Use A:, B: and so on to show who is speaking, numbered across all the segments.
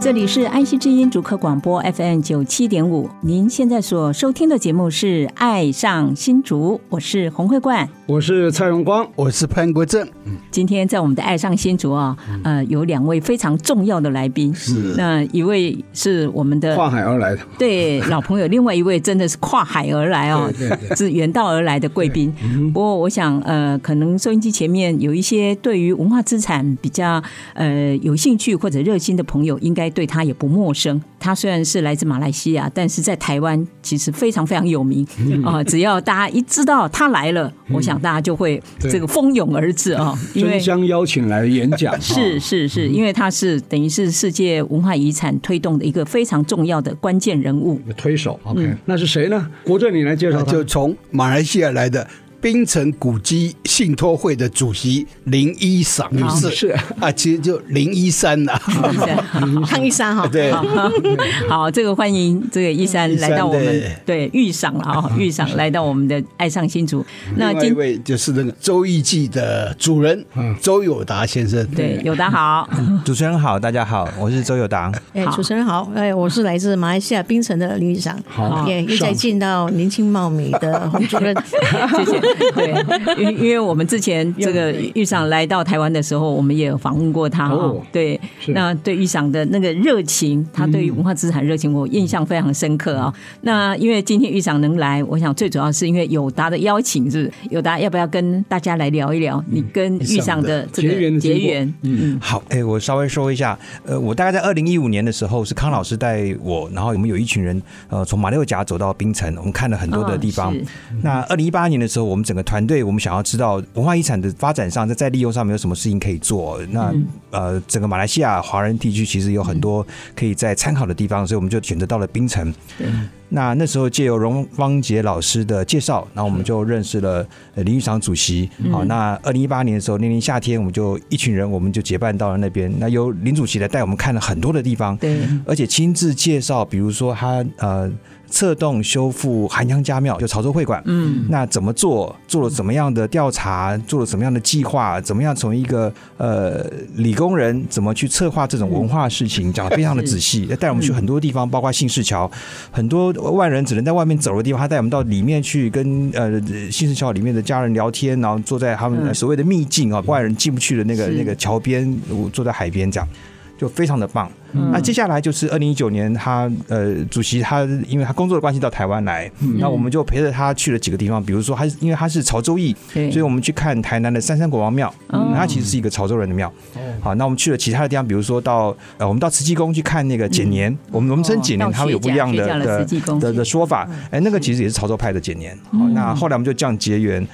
A: 这里是安溪之音主客广播 FM 九七点五，您现在所收听的节目是《爱上新竹》，我是洪慧冠。
B: 我是蔡荣光，
C: 我是潘国正，
A: 今天在我们的《爱上新竹》啊，呃，有两位非常重要的来宾，是那一位是我们的
B: 跨海而来的，
A: 对老朋友，另外一位真的是跨海而来哦，是远道而来的贵宾。不过我想，呃，可能收音机前面有一些对于文化资产比较呃有兴趣或者热心的朋友，应该对他也不陌生。他虽然是来自马来西亚，但是在台湾其实非常非常有名啊、只要大家一知道他来了，我想大家就会
B: 对
A: 这个蜂拥而至啊、因为
B: 争相邀请来演讲，啊
A: 是
B: 哈
A: 是是，因为他是等于是世界文化遗产推动的一个非常重要的关键人物。
B: 一个推手。OK，那嗯是谁呢？国政，你来介绍他
C: 呃就从马来西亚来的槟城古迹信托会的主席林一赏女士，
B: 是
C: 啊，其实就林一山 呐、
D: 看一山哈，
C: 对，
A: 好，这个欢迎这个一山
C: 玉
A: 来
C: 山
A: 到我们
C: 对
A: 对玉赏了啊，玉赏来到我们的爱上新竹。那
C: 另外一
A: 今
C: 位就是那个周易记的主人周友达先生，
A: 对友达好，
E: 主持人好，大家好，我是周友达。
D: 哎，
A: 好
D: 主持人好，哎，我是来自马来西亚槟城的林宇翔，
B: 好
D: 也又
B: 上
D: 再见到年轻貌美的洪主任，
A: 谢谢。对，因因为我们之前这个玉赏来到台湾的时候，我们也有访问过他啊
B: 哦。
A: 对，
B: 是
A: 那对玉赏的那个热情，他对于文化资产热情，我印象非常深刻啊。那因为今天玉赏能来，我想最主要是因为友达的邀请，是不是友达要不要跟大家来聊一聊你跟玉赏的这
B: 结缘
A: 个
B: 的经
A: 结
B: 过
A: 缘？嗯，
E: 好，哎、我稍微说一下，呃，我大概在二零一五年的时候，是康老师带我，然后我们有一群人，呃，从马六甲走到槟城，我们看了很多的地方。
A: 哦是
E: 那二零一八年的时候，我们整个团队，我们想要知道文化遗产的发展上，在再利用上面有什么事情可以做。那、呃，整个马来西亚华人地区其实有很多可以在参考的地方，所以我们就选择到了槟城。那那时候借由荣芳杰老师的介绍，然后我们就认识了呃林玉长主席。好、那二零一八年的时候，那年夏天，我们就一群人，我们就结伴到了那边。那由林主席来带我们看了很多的地方，
A: 对，
E: 而且亲自介绍，比如说他呃策动修复韩江家庙，就潮州会馆，
A: 嗯，
E: 那怎么做，做了怎么样的调查，做了什么样的计划，怎么样从一个呃理工人怎么去策划这种文化事情，讲的非常的
A: 嗯
E: 仔细，带我们去很多地方，包括新市桥，很多外人只能在外面走的地方，他带我们到里面去跟呃新市桥里面的家人聊天，然后坐在他
A: 嗯
E: 们呃所谓的秘境啊，外人进不去的那个
A: 是
E: 那个桥边，我坐在海边这样。就非常的棒。
A: 嗯
E: 那接下来就是二零一九年他，呃主席他因为他工作的关系到台湾来，
A: 嗯
E: 那我们就陪着他去了几个地方，比如说他因为他是潮州裔，
A: 对
E: 所以我们去看台南的三山国王庙，
A: 哦
E: 他其实是一个潮州人的庙。好，那我们去了其他的地方，比如说到呃我们到慈济宫去看那个剪年，我们我们称剪
A: 哦
E: 年，
A: 到
E: 他们有不一样
A: 学
E: 的
A: 甲学甲的
E: 的
A: 慈济宫嗯
E: 的的说法，哎，那个其实也是潮州派的剪年。好，那后来我们就这样结缘。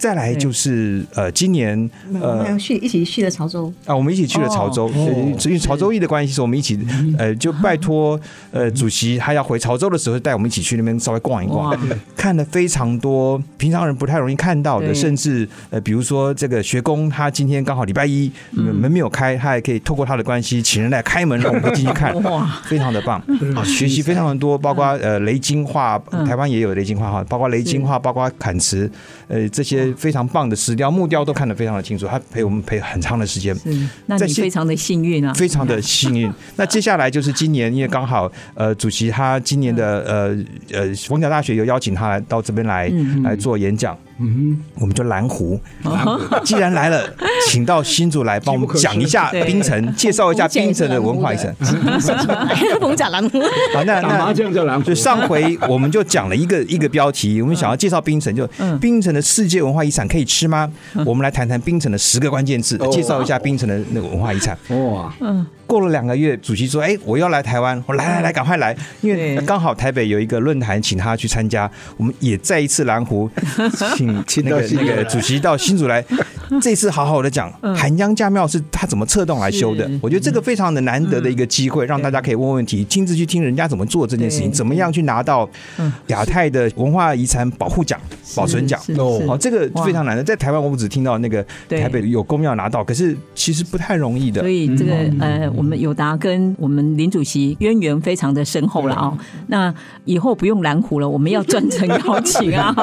E: 再来就是呃，今年
D: 我们
E: 呃
D: 要去一起去了潮州，
E: 啊，我们一起
A: 哦
E: 去了潮州，呃因为潮州裔的关系，所以我们一起
A: 嗯
E: 呃，就拜托呃主席他要回潮州的时候，带我们一起去那边稍微逛一逛
A: 哇，
E: 看了非常多平常人不太容易看到
A: 对，
E: 的，甚至呃，比如说这个学工，他今天刚好礼拜一呃门没有开，他也可以透过他的关系请人来开门，让我们进去看
A: 哇，
E: 非常的棒，啊，学习非常的多，包括呃雷金画，
A: 嗯
E: 台湾也有雷金画哈，包括雷金画，包括砍瓷，呃这些非常棒的石雕、木雕都看得非常的清楚，他陪我们陪很长的时间。
A: 嗯，那你
E: 在现
A: 非常的幸运啊，
E: 非常的 幸运。那接下来就是今年，因为刚好呃，主席他今年的呃呃，逢甲大学有邀请他来到这边来
A: 嗯
E: 来做演讲，
B: 嗯
E: 我们就蓝湖。
A: 哦
E: 既然来了，请到新竹来帮我们讲一下
A: 对
E: 槟城，介绍一下槟 城的文化遗产。
D: 冯甲兰湖，
E: 好，那
B: 哼，打麻
E: 那。
B: 将叫蓝湖
E: 就，上回我们就讲了一个一个标题，我们想要介绍槟城，就
A: 嗯
E: 槟城的世界文化遗产可以吃
B: 哦
E: 吗？我们来谈谈槟城的十个关键字，介绍一下槟城的那个文化遗产。
B: 哇，
E: 过了两个月，主席说：“哎，我要来台湾，我来来来，赶快来！”因为
A: 对
E: 刚好台北有一个论坛，请他去参加，我们也再一次 蓝湖请
C: 请
E: 那
C: 到
E: 个
C: 新
E: 那
C: 竹
E: 个主席到新竹 来，这次好好的讲韩江家庙是他怎么策动来修的
A: 嗯是，
E: 我觉得这个非常的难得的一个机会，让大家可以问问题，亲自去听人家怎么做这件事情，
A: 对嗯
E: 怎么样去拿到亚太的文化遗产保护奖、保存奖。
A: 是是是
E: 哦，这个
A: 哇
E: 非常难的，在台湾我们只听到那个
A: 对
E: 台北有公庙拿到，可是其实不太容易的
A: 所。以这个呃，我们友达跟我们林主席渊源非常的深厚了啊、那以后不用蓝湖了，我们要专程邀请啊，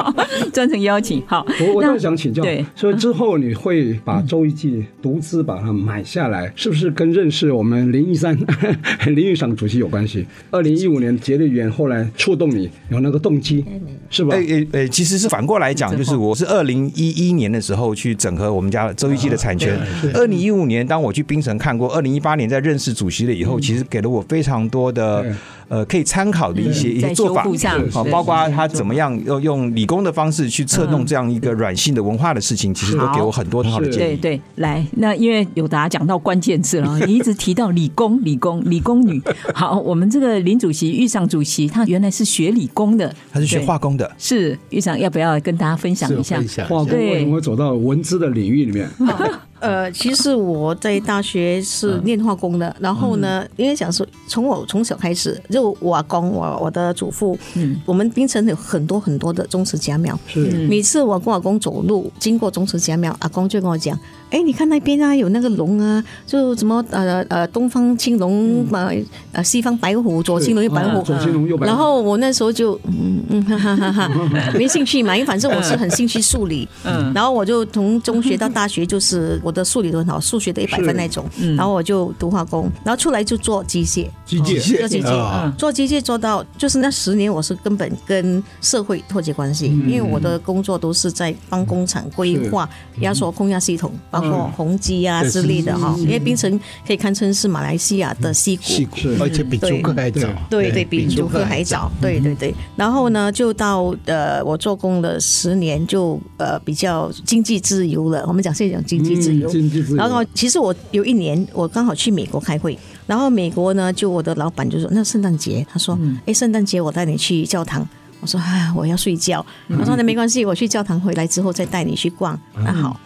A: 专程邀请。好，
B: 我我
A: 那
B: 倒想请教
A: 对，
B: 所以之后你会把周易记独资把它买下来，是不是跟认识我们林一山 林玉赏主席有关系？二零一五年竭力园后来触动你有那个动机，
D: 嗯
B: 是吧
E: 哎？哎哎，其实是反过来讲，就是我是二零一一年的时候去整合我们家周易记的产
B: 哎
E: 权。二零一五年，当我去槟城看过，二零一八年在认识主席了以后，其实给了我非常多的
B: 对
E: 呃可以参考的一些
A: 嗯
E: 一些
A: 在
E: 做法
A: 修复上，
E: 好，
A: 对
E: 包括他怎么样要用理工的方式去
A: 嗯
E: 策动这样一个软性的文化的事情，其实都给我很多很好的
B: 是
E: 建
A: 对
E: 议。
A: 对，来，那因为友达讲到关键字了，你一直提到理工、理工、理工女。好，我们这个林主席、玉上主席，他原来是学理工的，
E: 他是学
A: 对
E: 化工的，
A: 是玉上要不要跟大家分
C: 嗯
A: 享一下？
B: 化
D: 哦
B: 工
A: 对
B: 为什么会走到文字的领域里面？
D: 呃，其实我在大学是念化工的，然后呢，因为想说，从我从小开始，就我阿公，我我的祖父，
A: 嗯
D: 我们槟城有很多很多的宗祠家庙，
B: 是
D: 每次我跟我阿公走路经过宗祠家庙，阿啊公就跟我讲：“哎，你看那边啊，有那个龙啊，就什么呃呃东方青龙，呃呃西方白虎，左青龙右白虎。
B: 啊左青龙右白虎
D: 然后我那时候就嗯嗯哈哈哈哈，没兴趣嘛，因为反正我是很兴趣数理，
A: 嗯
D: 然后我就从中学到大学，就是我的数理都很好，数学的一百分那种。然后我就读化工，然后出来就做机械，
C: 机械
D: 做机械，
C: 啊，
D: 做机械做到就是那十年，我是根本跟社会脱节关系，因为我的工作都是在帮工厂规划压缩控压系统，包括宏基啊之类的哈。因为槟城可以堪称是马来西亚的西
C: 戏
D: 谷，
C: 骨
B: 是，
C: 而且比
D: 对
C: 朱克还早，
D: 对对，比竹科还早，嗯对对对。然后呢，就到呃，我做工了十年，就呃比较经济自由了。我们讲是一种经济自由，
B: 嗯经济自由
D: 然后其实我有一年我刚好去美国开会，然后美国呢，就我的老板就说，那圣诞节，他说，哎、圣诞节我带你去教堂。我说哎，我要睡觉。他说那没关系，我去教堂回来之后再带你去逛。那好，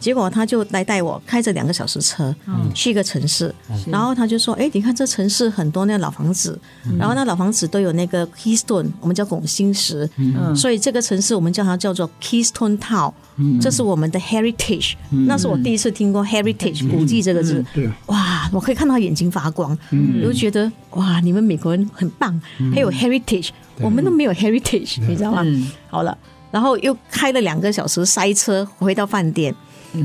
D: 结果他就来带我开着两个小时车、去一个城市，然后他就说：“哎，你看这城市很多那老房子，然后那老房子都有那个 keystone，我们叫拱心石，所以这个城市我们叫它叫做 keystone town，、这是我们的 heritage、那是我第一次听过 heritage 古迹这个字，
B: 对
D: 哇，我可以看到眼睛发光，我就觉得哇，你们美国人很棒，还有 heritage，我们都没有 heritage，你知道吗？
A: 嗯
D: 好了，然后又开了两个小时塞车回到饭店，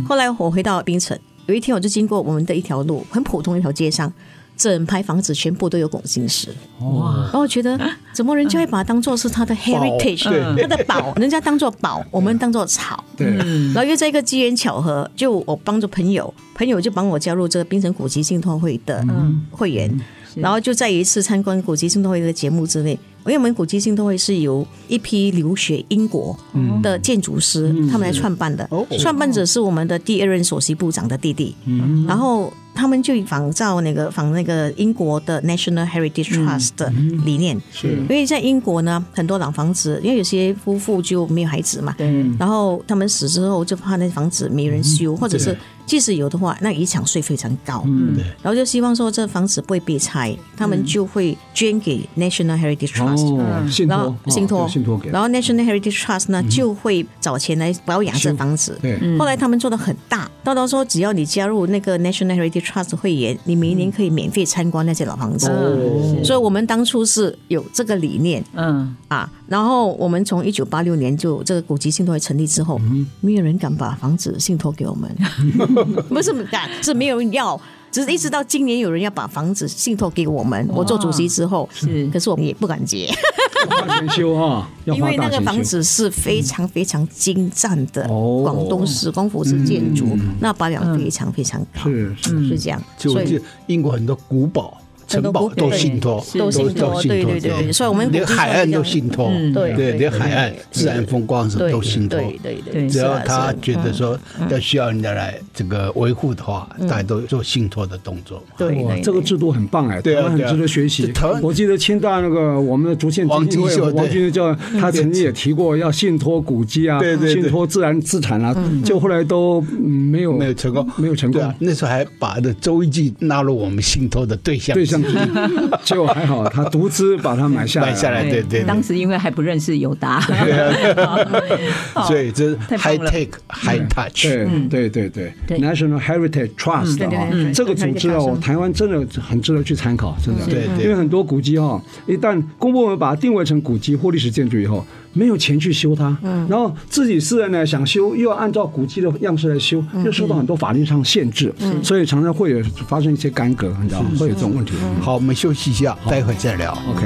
D: 后来我回到槟城，有一天我就经过我们的一条路，很普通的一条街上。整排房子全部都有拱形石，哇！然后我觉得怎么人家会把它当做是它的 heritage，它的宝，人家当做宝，我们当做草，
B: 对，
D: 然后又在一个机缘巧合，就我帮助朋友，朋友就帮我加入这个槟城古籍信托会的会员，然后就在一次参观古籍信托会的节目之内，因为我们古籍信托会是由一批留学英国的建筑师、他们来创办的，创办者是我们的第二任首席部长的弟弟，然后他们就仿照那个仿那个英国的 National Heritage Trust 的理念，
B: 是
D: 因为在英国呢，很多老房子，因为有些夫妇就没有孩子嘛，然后他们死之后就怕那房子没人
B: 嗯
D: 修，或者是即使有的话，那遗产税非常高，
B: 嗯
D: 然后就希望说这房子不会被拆，他们就会捐给 National Heritage Trust。
B: 哦，信
D: 然后
B: 托，
D: 信托，
B: 哦信托给，嗯
D: 然后 National Heritage Trust 呢、就会找钱来保养这房子。
B: 对嗯
D: 后来他们做的很大，到到说只要你加入那个 National Heritage Trust 会员，你每一
B: 嗯
D: 年可以免费参观那些老房子。
B: 哦
D: 所以我们当初是有这个理念
A: 嗯，
D: 啊，然后我们从一九八六年就这个古籍信托会成立之后，没有人敢把房子信托给我们，不是不敢，是没有人要。只是一直到今年有人要把房子信托给我们，我做主席之后，
A: 是
D: 可是我们也不敢接。
B: 花钱修啊， 要
D: 因
B: 花
D: 为
B: 大
D: 那个
B: 钱
D: 房
B: 修。
D: 子是非常非常精湛的
B: 哦
D: 广东施工府式建筑，那保养非常非常高，
B: 是
D: 是这样，
C: 就
D: 所以
C: 就英国很多古堡。城堡
D: 都
C: 都信托，
D: 都信托，对对对对，所以我们
C: 连海岸都信托，
A: 嗯
D: 对
C: 对，
D: 对
C: 连海岸
D: 对
C: 自然风光什么
D: 对
C: 都信托。
D: 对对对，
A: 对
C: 只要
D: 是啊
C: 他
D: 是啊
C: 觉得说要需要人家来这个维护的话，大家都做信托的动作嘛。
D: 嗯对
B: 哇
D: 对，
B: 这个制度很棒哎，
C: 对啊
B: 台湾很
C: 对啊
B: 值得学习
C: 这台湾。
B: 我记得清大那个我们的竹县
C: 王
B: 基金
C: 金
B: 会
C: 秀
B: 王
C: 对
B: 金秀教授他曾经也提过要信托古迹啊
C: 对，对对
B: 信托自然资产啊，
D: 嗯
B: 就后来都嗯没有
C: 没有成功，
B: 没有成
C: 对
B: 功
C: 啊，。那时候还把这周一记纳入我们信托的对象
B: 对 象之一，结果还好，他独资把它买下来了，
C: 买下来，对对
A: 哎当
C: 对，
A: 时因为还不认识友达，好
C: 所以这是
A: 太
C: high
A: 棒了
C: tech high touch，
B: 对对对
A: 对
B: 对，National Heritage Trust 啊
D: 嗯对对对，
B: 这个组织啊，
D: 嗯
B: 我台湾真的很值得去参考，真的。
C: 对对
B: 因为很多古迹哈，一旦公部门把它定位成古迹或历史建筑以后，没有钱去修它，
D: 嗯
B: 然后自己私人呢想修，又要按照古迹的样式来修，
D: 嗯
B: 又受到很多法律上限制，所以常常会有发生一些干戈，你知道吗？会有这种问题。
C: 好，我们休息一下，待会再聊。
B: OK。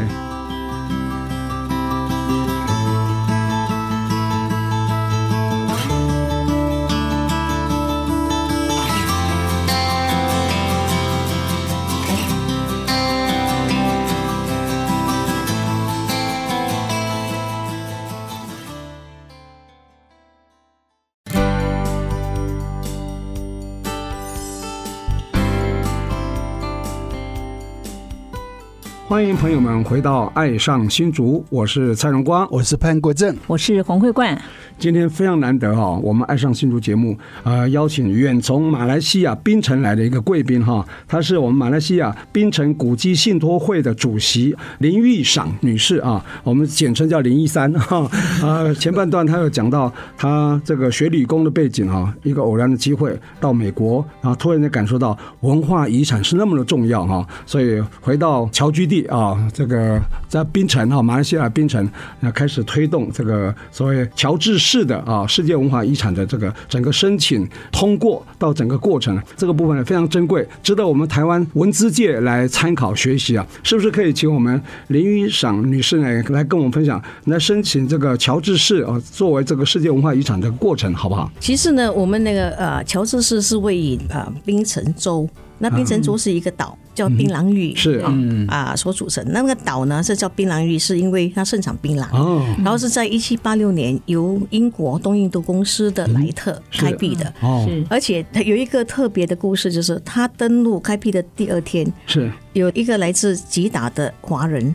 B: 欢迎朋友们回到《爱上新竹》，我是蔡荣光，
C: 我是潘国正，
A: 我是黄慧冠，
B: 今天非常难得哈、我们爱上新竹节目，呃，邀请远从马来西亚槟城来的一个贵宾哈、她是我们马来西亚槟城古迹信托会的主席林玉赏女士啊，我们简称叫林一三哈。呃，前半段她有讲到她这个学理工的背景哈、一个偶然的机会到美国，然后突然间感受到文化遗产是那么的重要哈、所以回到侨居地啊，这个在槟城哈、马来西亚槟城，那开始推动这个所谓乔治市的啊世界文化遗产的这个整个申请通过到整个过程，这个部分呢非常珍贵，值得我们台湾文资界来参考学习啊！是不是可以请我们林玉赏女士呢来跟我们分享来申请这个乔治市啊作为这个世界文化遗产的过程，好不好？
D: 其实呢，我们那个呃，乔治市是位于呃槟城州，那槟城州是一个岛，叫槟榔屿，
B: 嗯是
D: 啊啊所组成。那那个岛呢是叫槟榔屿，是因为它盛产槟榔。
B: 哦，
D: 然后是在一七八六年由英国东印度公司的莱特开辟的，
B: 哦，
D: 而且它有一个特别的故事，就是他登陆开辟的第二天，
B: 是，
D: 有一个来自吉打的华人，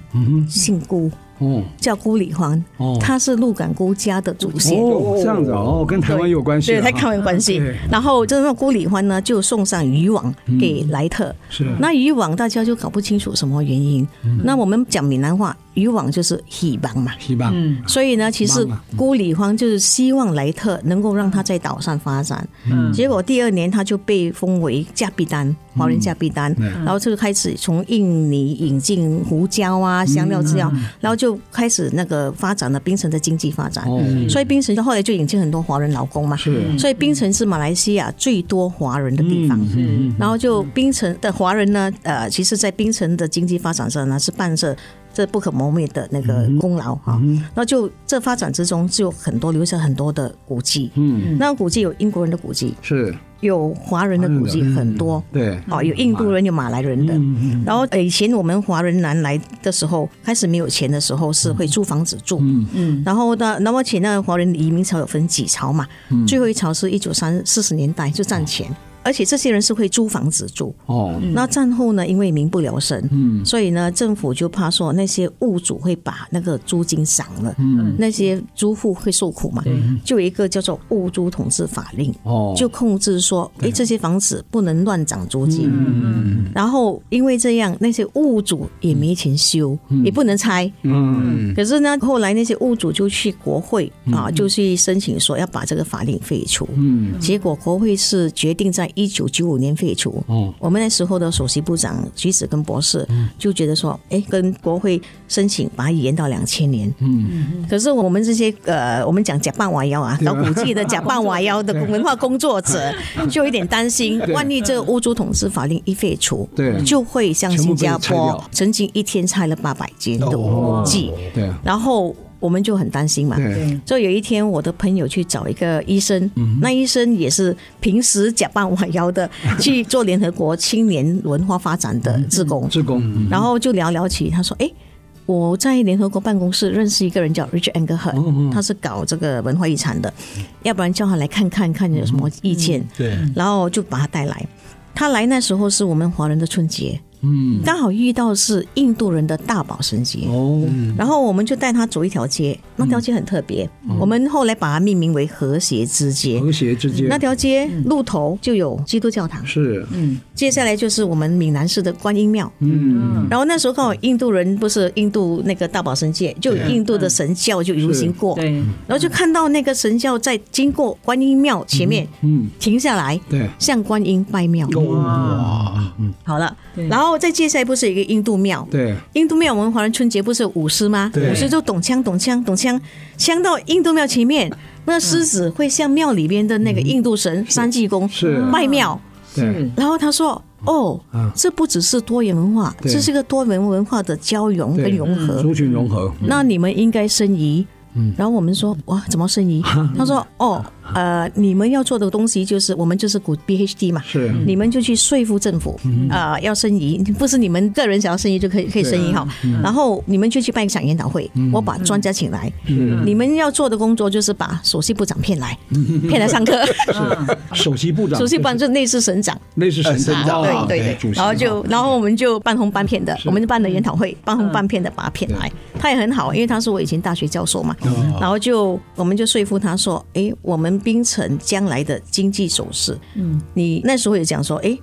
D: 姓辜，
B: 哦，
D: 叫辜礼欢
B: 嗯哦，
D: 他是鹿港辜家的祖先。
B: 哦，这样子哦，跟台湾有关系啊，
D: 对，他看有关系
B: 对。
D: 然后这个郭礼欢呢，就送上渔网给莱特。
B: 是
D: 那渔网大家就搞不清楚什么原因。
B: 嗯
D: 那我们讲闽南话，渔网就是喜网嘛。
B: 希望，
D: 所以呢，其实
B: 忙啊
D: 郭礼欢就是希望莱特能够让他在岛上发展。
A: 嗯
D: 结果第二年他就被封为加必丹，华人加必丹，
B: 嗯
D: 然后就开始从印尼引进胡椒
B: 嗯
D: 啊、香料制药，然后就开始那个发展了槟城的经济发展。
B: 哦，
D: 所以槟城后来就引进很多华人劳工嘛，
B: 是嗯
D: 所以槟城是马来西亚最多华人的地方。嗯然后就槟城的华人呢，呃，其实，在槟城的经济发展上呢，是伴着这不可磨灭的那个功劳哈。然后就这发展之中，就有很多留下很多的古迹。
B: 嗯，
D: 那古迹有英国人的古迹，
B: 是，
D: 有华人的嗯古迹很多。
B: 对，
D: 哦，有印度人，有马来人的。然后，呃，以前我们华人南来的时候，开始没有钱的时候，是会租房子住。
A: 嗯，
D: 然后呢，那么且那个华人移民潮有分几潮嘛，最后一潮是一九三四十年代就战前，而且这些人是会租房子住。
B: 哦，
D: 那战后呢，因为民不聊生，嗯，所以呢，政府就怕说那些屋主会把那个租金涨了，嗯，那些租户会受苦嘛，就有一个叫做物租统治法令，
B: 哦，
D: 就控制说，哎，这些房子不能乱涨租金。然后因为这样，那些物主也没钱修，也不能拆。嗯。可是呢，后来那些物主就去国会
B: 嗯
D: 啊，就去申请说要把这个法令废除。嗯。结果国会是决定在一九九五年废除。
B: 哦。嗯
D: 我们那时候的首席部长徐子根博士就觉得说，哎，跟国会申请把它延到两千年。
B: 嗯
D: 可是我们这些呃，我们讲假扮娃妖啊，搞古迹的假扮娃妖的文化工作 者，就有点担心，万一这个屋租统治法令一废除，
B: 对
D: 就会像新加
B: 全部被拆
D: 坡
B: 掉
D: 曾经一天拆了八百间的
C: 哦
D: 古迹，
B: 对，
D: 然后我们就很担心嘛。
B: 对嗯
F: 对，
D: 所以有一天，我的朋友去找一个医生，那医生也是平时假扮弯腰的，去做联合国青年文化发展的志工，
B: 志工，嗯
D: 然后就聊聊起，他说：“哎，我在联合国办公室认识一个人叫 Richard
B: 嗯
D: Engelhard，他是搞这个文化遗产的，要不然叫他来看看，看有什么意
B: 嗯
D: 见。”
C: 对，
D: 然后就把他带来。他来那时候是我们华人的春节，
B: 嗯，
D: 刚好遇到是印度人的大宝生节，
B: 哦，
D: 然后我们就带他走一条街，那条街很特别，我们后来把它命名为和谐之街。
B: 嗯和谐之间
D: 嗯那嗯条街路头就有基督教堂，
B: 是，
D: 接下来就是我们闽南市的观音庙。
B: 嗯，
D: 然后那时候刚好印度人不是印度那个大宝神界，就有印度的神教就游行过，
A: 对，
D: 然后就看到那个神教在经过观音庙前面
B: 嗯，
D: 停下来，
B: 对，
D: 向观音拜庙。
B: 哇，
D: 好了，然后再接下来不是有一个印度庙，
B: 对，
D: 印度庙我们华人春节不是有舞狮吗？
C: 对
D: 舞狮就咚锵咚锵咚锵，锵到印度庙前面，那狮子会向庙里边的那个印度神三济公
B: 是
D: 拜庙。
B: 对，
D: 然后他说：“哦，这不只是多元文化，
B: 对
D: 这是个多元文化的交融
B: 对
D: 跟融合。嗯
B: 族群融合，
D: 那你们应该申遗。”然后我们说：“哇，怎么申遗？”他说：“哦，呃，你们要做的东西就是我们就是古 BHD 嘛，
B: 是
D: 你们就去说服政府，啊，要申遗，不是你们个人想要申遗就可以可以申遗哈。然后你们就去办一场研讨会，我把专家请来，你们要做的工作就是把首席部长骗来，骗来上课。
B: 首席部长，
D: 首席部长就是内侍省长，
B: 类似神
C: 省长
B: 啊
D: 对对
B: 主
D: 对，
B: 席
D: 然后就然后我们就半红半片的，我们就办了研讨会，半红半片的把他骗来，他也很好，因为他是我以前大学教授嘛，然后就我们就说服他说，诶，我们槟城将来的经济走势，嗯，你那时候也讲说，诶，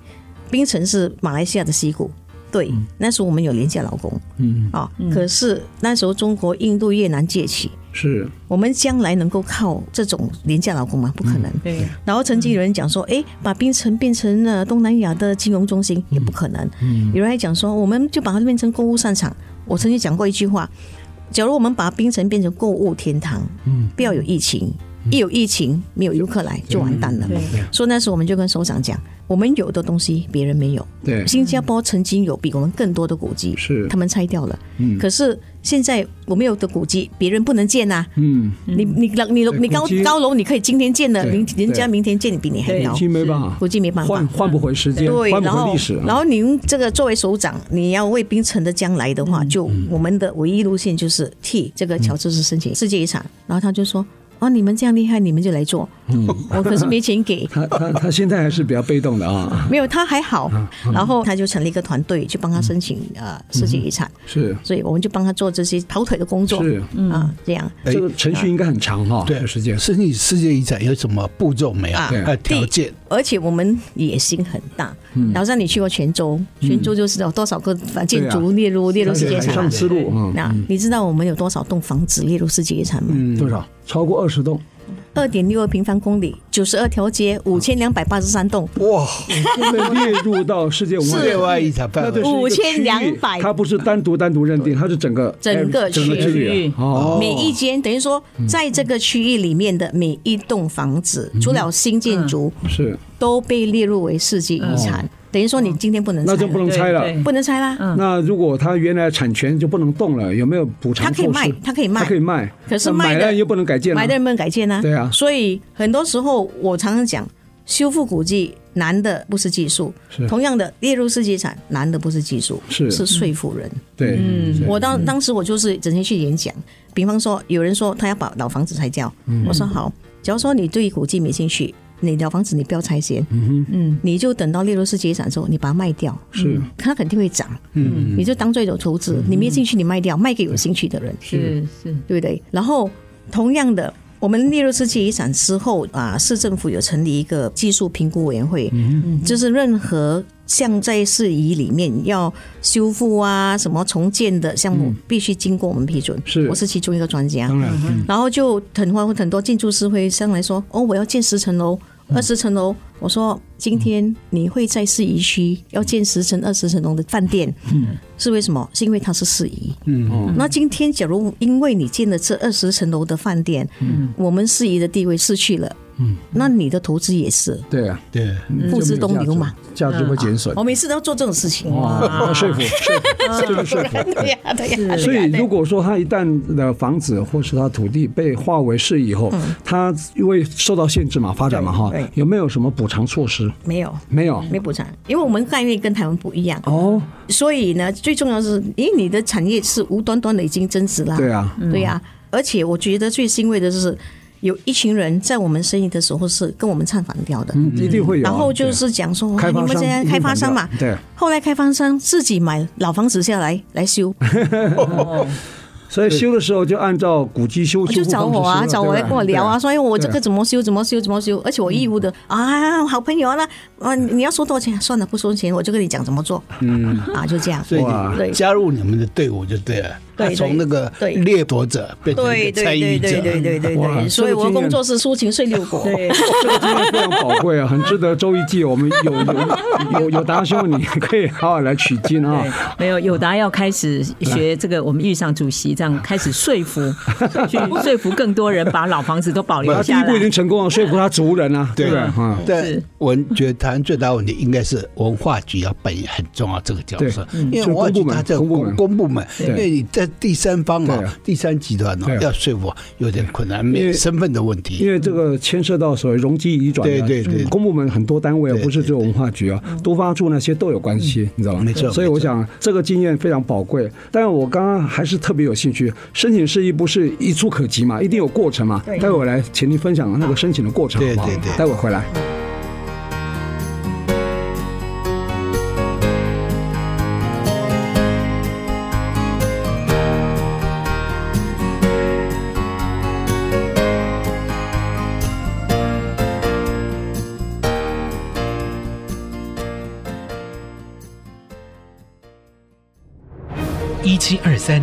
D: 槟城是马来西亚的西谷。对，那时候我们有廉价劳工，嗯啊，可是那时候中国、印度、越南崛起，
B: 是
D: 我们将来能够靠这种廉价劳工吗？不可能。
A: 对，
D: 然后曾经有人讲
B: 嗯
D: 说，诶，把槟城变成了东南亚的金融中心，也不可能。
B: 嗯
D: 有人还讲说，我们就把它变成购物商场。我曾经讲过一句话：，假如我们把槟城变成购物天堂，
B: 嗯
D: 不要有疫情，一有疫情没有游客来就完蛋了。
B: 嗯
D: 所以那时候我们就跟首长讲，我们有的东西别人没有。
B: 对
D: 新加坡曾经有比我们更多的古迹，
B: 是
D: 他们拆掉了。可是现在我们有的古迹，别人不能建呐、啊
B: 嗯，
D: 你你你你高
B: 古迹
D: 高楼，你可以今天建的，
B: 对
D: 明人家
B: 对
D: 明天建比你还
A: 对
D: 高
B: 已，经没办法，
D: 估计没办法
B: 换。换不回时间，
D: 对，
B: 换不
D: 然
B: 回
D: 后
B: 历史啊，
D: 然后您这个作为首长，你要为槟城的将来的
B: 嗯
D: 话，就我们的唯一路线就是替这个乔治市申请世界遗
B: 嗯
D: 产。然后他就说：“哦，你们这样厉害，你们就来做。” 我可是没钱给。
B: 他他他现在还是比较被动的啊，
D: 没有，他还好，
B: 嗯
D: 然后他就成立一个团队去帮他申请呃世界遗产，
B: 是
D: 所以我们就帮他做这些跑腿的工作，
B: 是，
D: 啊，这啊样
B: 这个程序应该很长哈，
C: 对，
B: 时间
C: 申请世界遗产有什么步骤没有？
D: 啊
C: 呃，条件
D: 而且我们野心很大。
B: 嗯
D: 然后让你去过泉州，泉州就是有多少个反建筑列入列入世界遗
B: 海
D: 产
B: 嗯
D: 嘛
B: 啊上？丝路啊，
D: 那你知道我们有多少栋房子列入世界遗产吗？
B: 嗯多少？超过二十栋，
D: 二点六二平方公里，九十二条街，
B: 哦
D: 五千两百八十三栋，
C: 哇，
B: 现在列入到世界文化
C: 世
B: 遗产。
C: 界文化遗产
B: 那
C: 范
B: 对
C: 围
B: 是一个区域
D: 5200
B: 它不是单独单独认定，它是整个
D: 整个
B: 整个
D: 区
B: 域
A: 域
B: 啊哦，
D: 每一间等于说，
B: 嗯
D: 在这个区域里面的每一栋房子，除了新建筑，
B: 是，
D: 都被列入为世界遗产。等于说你今天不能拆
B: 哦那
D: 了，
B: 就不能嗯拆了。
A: 对对
D: 不能拆啦。
B: 那如果他原来产权就不能动了，有没有补偿
D: 它可以
B: 措施？
D: 卖它可以卖
B: 它可以卖。
D: 可是
B: 那
D: 卖
B: 买
D: 的
B: 了又不能改建了，
D: 买的人不能改建啊。
B: 对啊
D: 所以很多时候我常常讲，修复古迹难的不是技术，同样的列入世界遗产难的不是技术，
B: 是
D: 是说服人。
B: 对，嗯
D: 我当当时我就是整天去演讲，比方说有人说他要把老房子拆掉，我说好，假如说你对古迹没兴趣。你老房子你不要拆迁，嗯，你就等到列入世界遗产之后，你把它卖掉，是，它肯定会涨，嗯，你就当做一种投资，你没兴趣你卖掉，卖给有兴趣的人，
A: 是是，
B: 嗯
D: 对不对？然后同样的，我们列入世界遗产之后啊，市政府有成立一个技术评估委员会，
B: 嗯
D: 就是任何像在市遗里面要修复啊、什么重建的项目，必须经过我们批准。
B: 嗯是
D: 我是其中一个专家。
B: 当然，嗯
D: 然后就很多很多建筑师会上来说：“哦，我要建十层楼、二十层楼。”我说：“今天你会在市宜区要建十层、二十层楼的饭店，是为什么？是因为它是市宜。嗯，那今天假如因为你建了这二十层楼的饭店，我们市宜的地位失去了。嗯，那你的投资也是
B: 对啊，
C: 对，
D: 付之东流嘛。嗯
B: 价值会减损
D: 我。每次都要做这种事情，
B: 哇，说服，说服，这个说服。
D: 对呀，对呀。
B: 所以，如果说他一旦的房子或是他土地被划为市以后，他因为受到限制嘛，发展嘛哈
D: 对对，
B: 有没有什么补偿措施？
D: 没有，
B: 没有。
D: 没补偿，因为我们概念跟台湾不一样，
B: 哦，
D: 所以呢，最重要是，因为你的产业是无端端的已经增值了，
B: 对啊，
D: 对呀、而且我觉得最欣慰的就是，有一群人在我们生意的时候是跟我们唱反调的。
B: 嗯，一定会有啊。
D: 然后就是讲说，哇
B: 开
D: 你
B: 发
D: 们
B: 商
D: 现在
B: 一定
D: 开发商嘛
B: 反，调对
D: 后来开发商自己买老房子下来 来修，
B: 对，所以修的时候就按照古迹修
D: 就
B: 复
D: 找我啊，
B: 方式修
D: 找我来
B: 对吧
D: 跟我聊啊，
B: 对
D: 说哎我这
B: 对嗯
D: 个怎么修，怎么修，怎么修，而且我义务的啊，好朋友啊，那啊你要收多少钱？算了，不收钱，我就跟你讲怎么做，嗯，啊就 这样，
C: 所以
B: 哇
C: 你
D: 对
C: 加入你们的队伍就对了，
D: 对
C: 他从那个
D: 对
C: 掠夺者变成一个
D: 对对
C: 参与
D: 对对对
C: 者，
D: 对对
B: 哇
D: 对，所以
B: 这个
D: 我的
B: 经验
D: 工作是抒情睡六国，对，
B: 这个经验非常宝贵啊，很值得周一记。我们有有有有达兄，你可以好好来取经啊。
A: 对，哦没有友达要开始学这个，我们遇上主席这样开始说服，去说服更多人把老房子都保留
B: 他第
A: 下
B: 一步已
A: 来
B: 经。成功了，说服他族人啊，对不对？啊，
C: 但
A: 是
C: 我觉得台湾最大问题应该是文化局要扮演很重要这个角色，
A: 嗯
C: 因为文化局它这个
B: 嗯公部门
C: 公公部门，
B: 对
C: 因为你在第三方
B: 对
C: 啊
B: 啊、
C: 第三集团
B: 对
C: 呢
B: 啊
C: 要说服有点困难，
B: 因
C: 没
B: 为
C: 身份的问题
B: 因。为这个牵涉到所谓容积移转的，
C: 对对对
B: 公部门很多单位啊
C: 对，对嗯
B: 不是只有文化局啊，都发处那些都有关系，你知道吗？
C: 没错
B: 所以我想这个经验非常宝贵，但我刚刚还是特别有兴趣，申请事宜不是一触可及嘛，一定有过程嘛。待会儿来，请您分享那个申请的过程，
C: 对
B: 好不好
C: 对对
B: 待会儿回来。
G: 一七二三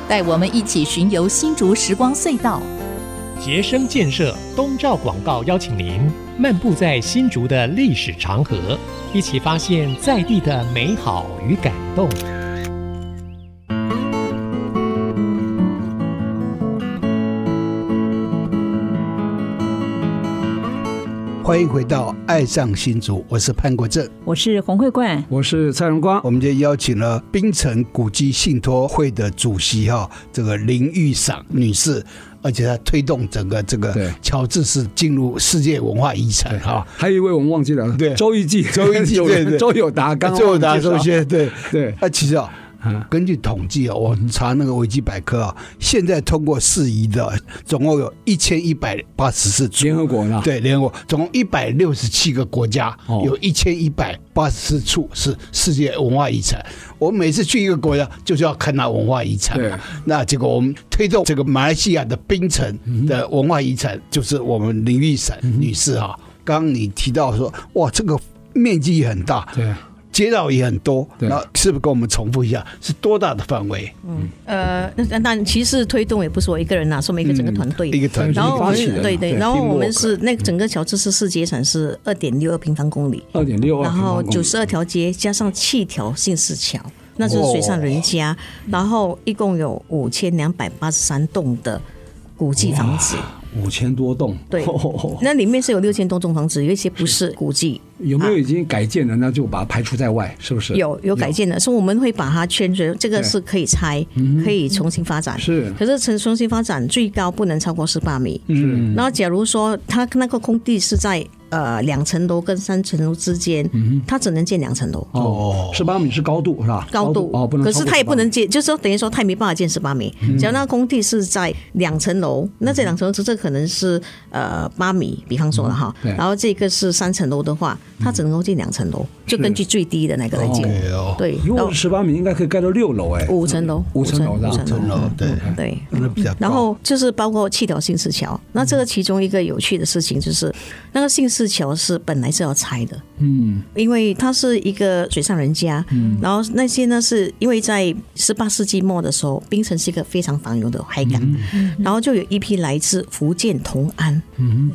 F: 带我们一起巡游新竹时光隧道。
H: 杰生建设东照广告邀请您漫步在新竹的历史长河，一起发现在地的美好与感动。
C: 欢迎回到《爱上新竹》，我是潘国正。
A: 我是洪慧冠，
B: 我是蔡荣光
C: 我，们就邀请了槟城古迹信托会的主席哈、这个林玉赏女士，而且她推动整个这
B: 对
C: 个乔治市进入世界文化遗产哈。
B: 还有一位我们忘记了，
C: 对
B: 周一记，
C: 周一记
B: 周
C: 对对
B: 周友达，刚刚
C: 最后答
B: 周
C: 首先对
B: 对
C: 那其实啊、
B: 嗯
C: 根据统计啊、我查那个维基百科啊，现在通过事宜的总共有一千一百八十四处
B: 联合国 呢，
C: 对，联合国总共一百六十七个国家，
B: 哦
C: 有一千一百八十四处是世界文化遗产。我每次去一个国家，就是要看那文化遗产
B: 对。
C: 那结果我们推动这个马来西亚的槟城的文化遗产，就是我们林玉闪女士哈、
B: 嗯
C: 刚刚你提到说，哇，这个面积也很大，
B: 对，
C: 街道也很多，
B: 对
C: 那是不是跟我们重复一下，是多大的范围？
D: 呃，那那其实推动也不是我一个人呐、是我们一个整个团队。
C: 嗯一个团
D: 然后我
B: 发起人
D: 们
B: 啊
D: 对
B: 对
D: 对，然后我们
B: teamwork
D: 是那个整个乔治市世界遗产是二点六二平方公里，
B: 二点六二，
D: 然后九十二条街加上七条信市桥，那就是水上人家，然后一共有五千两百八十三栋的古迹房子，
B: 五千多栋，
D: 对，那里面是有六千多栋房子，有一些不是古迹，
B: 有没有已经改建的？那就把它排除在外，是不是？
D: 有有改建的，所以我们会把它圈着，这个
B: 对嗯
D: 是可以拆，可以重新发展。
B: 是
D: 可是重重新发展最高不能超过十八米。
B: 嗯，
D: 然后假如说它那个空地是在呃两层楼跟三层楼之间，它只能建两层楼。
B: 嗯哦，十八米是高度是吧？
D: 高度
B: 哦，不能
D: 可
B: 超过18米。嗯
D: 是它也不能建，就是说等于说它也没办法建十八米。只要那个空地是在两层楼，那这两层楼这可能是呃八米，比方说了哈，
B: 嗯对
D: 然后这个是三层楼的话，它只能够建两层楼，就根据最低的那个来建。
C: 对哦，
D: 对，
B: 如
D: 然后
B: 果十八米应该可以盖到六楼哎，
D: 五层楼，
B: 五层楼的啊
D: 五
C: 五层
D: 层
C: 楼
D: 楼，
C: 对
D: 嗯对。
C: 那比较高。
D: 然后就是包括气条信市桥，那这个其中一个有趣的事情就是，那个信赤桥是本来是要拆的，
I: 嗯
D: 因为它是一个水上人家，然后那些呢是因为在十八世纪末的时候，槟城是一个非常繁荣的海港，嗯然后就有一批来自福建同安、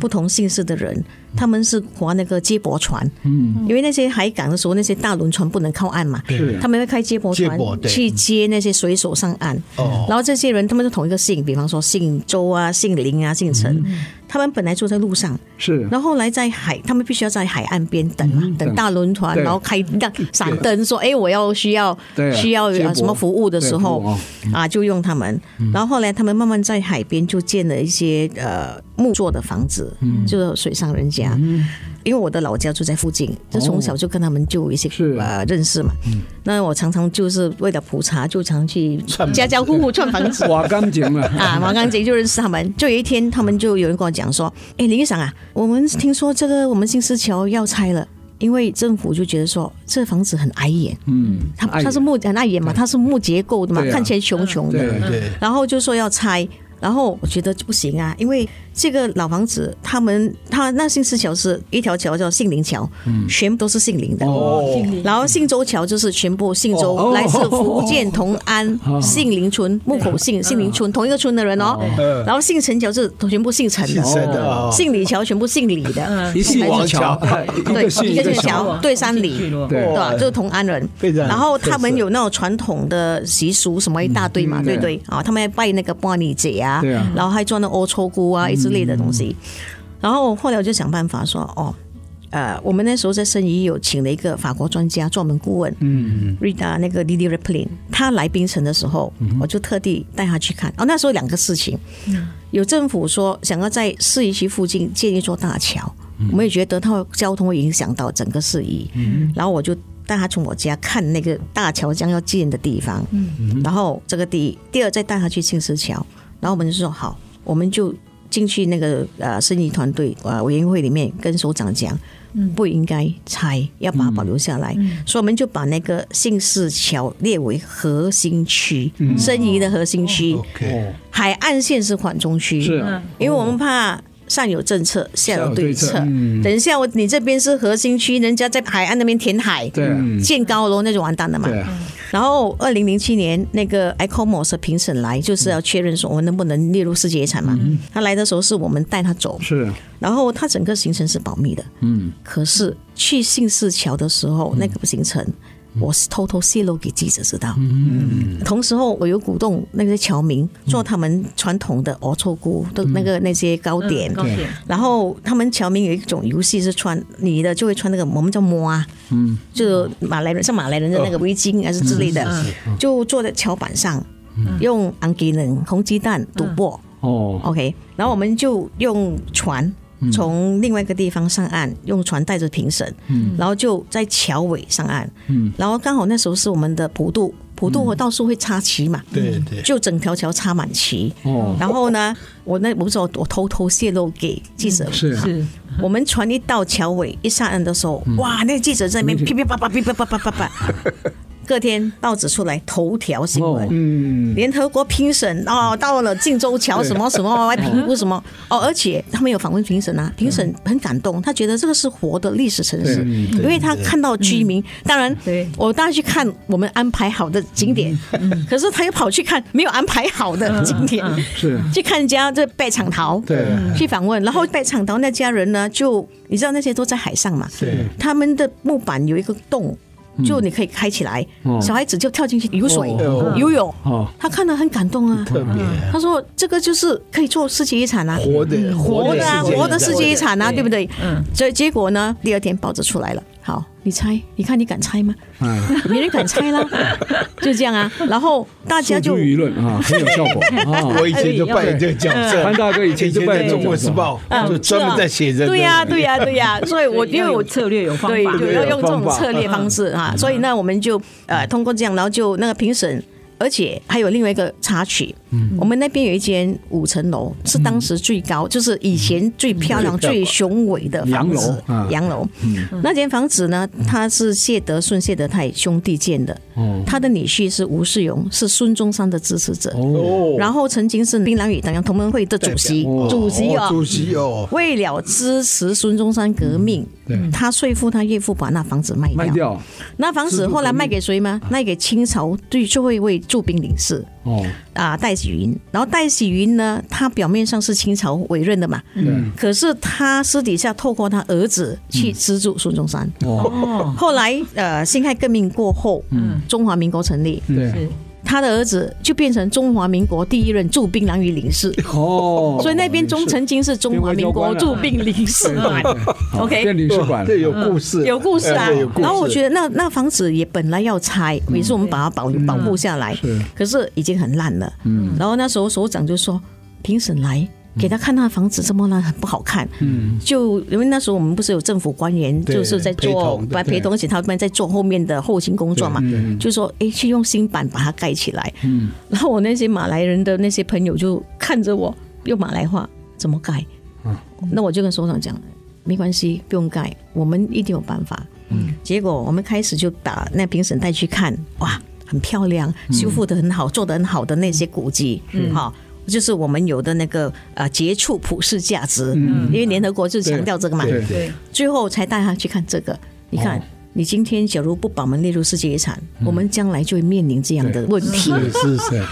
D: 不同姓氏的人，他们是划那个接驳船，
I: 嗯
D: 因为那些海港的时候，那些大轮船不能靠岸嘛，
C: 是
D: 他们会开接驳船
C: 接驳对
D: 去接那些水手上岸。
C: 哦
D: 然后这些人他们是同一个姓，比方说姓周啊、姓林啊、姓陈，
B: 嗯
D: 他们本来住在路上，
B: 是
D: 然后后来在海，他们必须要在海岸边等嘛，等大轮船，
B: 嗯对
D: 然后开亮闪灯说，哎，我要需要
B: 对啊
D: 需要
B: 接驳
D: 呃什么服务的时
B: 对服务
D: 候
B: 哦
D: 啊，就用他们。
B: 嗯
D: 然后后来他们慢慢在海边就建了一些呃木做的房子，
B: 嗯
D: 就是水上人家。因为我的老家就在附近，就从小就跟他们就有一些
B: 哦是嗯
D: 呃认识嘛。那我常常就是为了普查，就常去
C: 串门
D: 家家户户 串房子。
B: 瓦岗节嘛，
D: 啊，王刚杰就认识他们。就有一天，他们就有人跟我讲说：“哎，林院长啊，我们听说这个我们新市桥要拆了，因为政府就觉得说这房子很碍眼，
B: 嗯，
D: 它
B: 碍眼
D: 它是木很碍眼嘛，它是木结构的嘛，
B: 对啊
D: 看起来穷穷的。
B: 对
C: 对，
D: 然后就说要拆。然后我觉得不行啊，因为这个老房子，他们他那姓氏桥是一条桥叫杏林桥，全部都是姓林的。
C: 哦，
D: 然后信州桥就是全部信州，
B: 哦
D: 来自福建同安、信林村、木口信、信林村同一个村的人哦。
C: 嗯
D: 然后姓陈桥是全部姓陈
C: 姓
D: 的，
C: 陈的哦
D: 姓李桥全部姓李
A: 嗯
D: 的，
B: 一姓
C: 王
B: 桥哎
C: 桥，
B: 一
D: 对，
B: 个姓
D: 一个姓
B: 桥，
D: 桥，嗯对山里。
B: 对
D: 对吧？
C: 哇
D: 就是同安人，
C: 非常
D: 然后他们有那种传统的习俗，什么一大堆嘛，
B: 嗯
D: 对不
B: 对
D: 对啊，他们还拜那个玻璃姐啊
B: 对啊，嗯
D: 然后还做那欧抽菇啊一之类的东西。然后后来我就想办法说，哦，呃，我们那时候在申遗有请了一个法国专家专门顾问，嗯，Rita 那个 Lily Raplin，他来槟城的时候，
B: 嗯
D: 我就特地带他去看。哦，那时候两个事情，有政府说想要在市宜区附近建一座大桥，
B: 嗯
D: 我们也觉得它交通会影响到整个市宜，然后我就。带他从我家看那个大桥将要建的地方，然后这个第一，第二再带他去青石桥，然后我们就说好，我们就进去那个呃生意团队呃委员会里面跟首长讲，不应该拆，要把它保留下来，所以我们就把那个姓氏桥列为核心区，申遗的核心区，
C: 哦
B: 哦
C: OK，
D: 海岸线是缓冲区，
B: 是啊
D: 因为我们怕。上有政策，下有对策。
B: 下有对策嗯
D: 等一下我，你这边是核心区，人家在海岸那边填海，
B: 对啊
D: 建高楼那就完蛋了嘛。
B: 对啊，
D: 然后，二零零七年那个 ICOMO 是评审来，就是要确认说我们能不能列入世界遗产嘛。
B: 嗯
D: 他来的时候是我们带他走，
B: 是
D: 然后他整个行程是保密的。
I: 嗯，
D: 可是去信市桥的时候，那个行程。我是偷偷泄露给记者知道，嗯，同时候我有鼓动那个侨民做他们传统的熬臭菇的那个那些糕
A: 嗯
D: 点，
J: 高铁
D: 然后他们侨民有一种游戏是穿女的就会穿那个我们叫摸啊，嗯，就是马来人像马来人的那个围巾啊哦还是之类的，就坐在桥板上，用昂吉能红鸡蛋赌博、
B: 哦，
D: o k 然后我们就用船。从另外一个地方上岸，用船带着评审，然后就在桥尾上岸，然后刚好那时候是我们的普渡，普渡我到处会插旗嘛，
C: 对对，
D: 就整条桥插满旗。
B: 哦
D: 然后呢，我那我不是我我偷偷泄露给记者，
B: 嗯是
I: 是
D: 我们船一到桥尾一上岸的时候，哇，那个记者在那边噼噼啪啪噼噼啪啪啪啪。隔天报纸出来头条新
C: 哦
D: 闻，
B: 嗯，
D: 联合国评审哦，到了靖州桥什么什么来评估什么哦，而且他们有访问评审啊，评审很感动，他觉得这个是活的历史城市，因为他看到居民，当然
A: 对
D: 我当然去看我们安排好的景点，可是他又跑去看没有安排好的景点，
B: 是
D: 去看人家这拜场桃，
B: 对
D: 去访问，然后拜场桃那家人呢，就你知道那些都在海上嘛，
C: 对，
D: 他们的木板有一个洞，就你可以开起来，
B: 哦
D: 小孩子就跳进去游水、
C: 哦
D: 游泳，
B: 哦
D: 他看了很感动啊。
C: 特别
B: 嗯
D: 他说：“这个就是可以做世界遗产啊，
C: 活的
D: 活的啊，
C: 世界
D: 活的世界遗产啊，
J: 对
D: 对不对？
J: 嗯，
D: 所以结果呢，第二天报纸出来了。好，你猜，你看你敢猜 吗？
B: 哎
D: 没人敢猜啦，就这样啊。然后大家
B: 诉诸
D: 就
B: 舆论啊，很有效果 啊。
C: 我以前就扮演这个角色，
B: 潘大哥以前就扮演
C: 嗯以
B: 这
C: 前在
B: 种
C: 中国时报，就专门在写这个。
D: 嗯对呀，对啊呀，对呀。所以我因为我
A: 策略有方
D: 对，
A: 法，
D: 就要用这种策略方式啊。所以呢，我们就呃通过这样，然后就那个评审，而且还有另外一个插曲，我们那边有一间五层楼，是当时最高，就是以前最漂亮、最雄伟的房子
B: 洋楼啊，
D: 洋楼。那间房子呢，它是谢德顺、谢德泰兄弟建的，他的女婿是吴世荣，是孙中山的支持者，
B: 哦，
D: 然后曾经是槟榔屿党阳同盟会的主席，主席
C: 哦
D: 哦，
C: 主席哦，
D: 为了支持孙中山革命，他说服他岳父把那房子卖掉。
B: 卖掉
D: 那房子后来卖给谁吗？卖给清朝对最后一位驻兵领事
B: 哦，
D: 啊戴喜云。然后戴喜云呢，他表面上是清朝委任的嘛，
B: 嗯，
D: 可是他私底下透过他儿子去资助孙中山。
C: 哦
A: 哦
D: 后来呃，辛亥革命过后，中华民国成立，
B: 对，
D: 他的儿子就变成中华民国第一任驻槟榔屿领事。
B: 哦，
D: 所以那边中曾经是中华民国驻兵领事馆
B: 对
D: ，OK，
B: 变领事馆哦
C: 这有故事，
D: 有故事啊
C: 哎对有。故事。
D: 然后我觉得那那房子也本来要拆，也是我们把它保保护下来，可是已经很烂了。
C: 嗯
D: 然后那时候首长就说，评审来。给他看那房子这么烂，很不好看。嗯，就因为那时候我们不是有政府官员，
C: 对
D: 就是在
C: 陪
D: 做
C: 同的
D: 把陪同，而且他们在做后面的后勤工作嘛，
B: 嗯
D: 就说哎，去用新板把它盖起来。嗯，然后我那些马来人的那些朋友就看着我，用马来话怎么盖？那我就跟首长讲，没关系，不用盖，我们一定有办法。嗯，结果我们开始就把那评审带去看，哇，很漂亮，修复的很好，做的很好的那些古迹，嗯，好。就是我们有的那个呃杰出普世价值，因为联合国就强调这个嘛，
B: 对
A: 对，
D: 最后才带他去看这个。你
B: 哦
D: 看，你今天假如不把我们列入世界遗产，
B: 嗯
D: 我们将来就会面临这样的问题。
C: 是是是，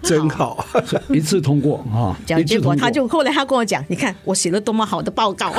C: 真好。
B: 一次通过啊，
D: 讲，
B: 一致
D: 结果
B: 通
D: 他就后来他跟我讲，你看我写了多么好的 报告，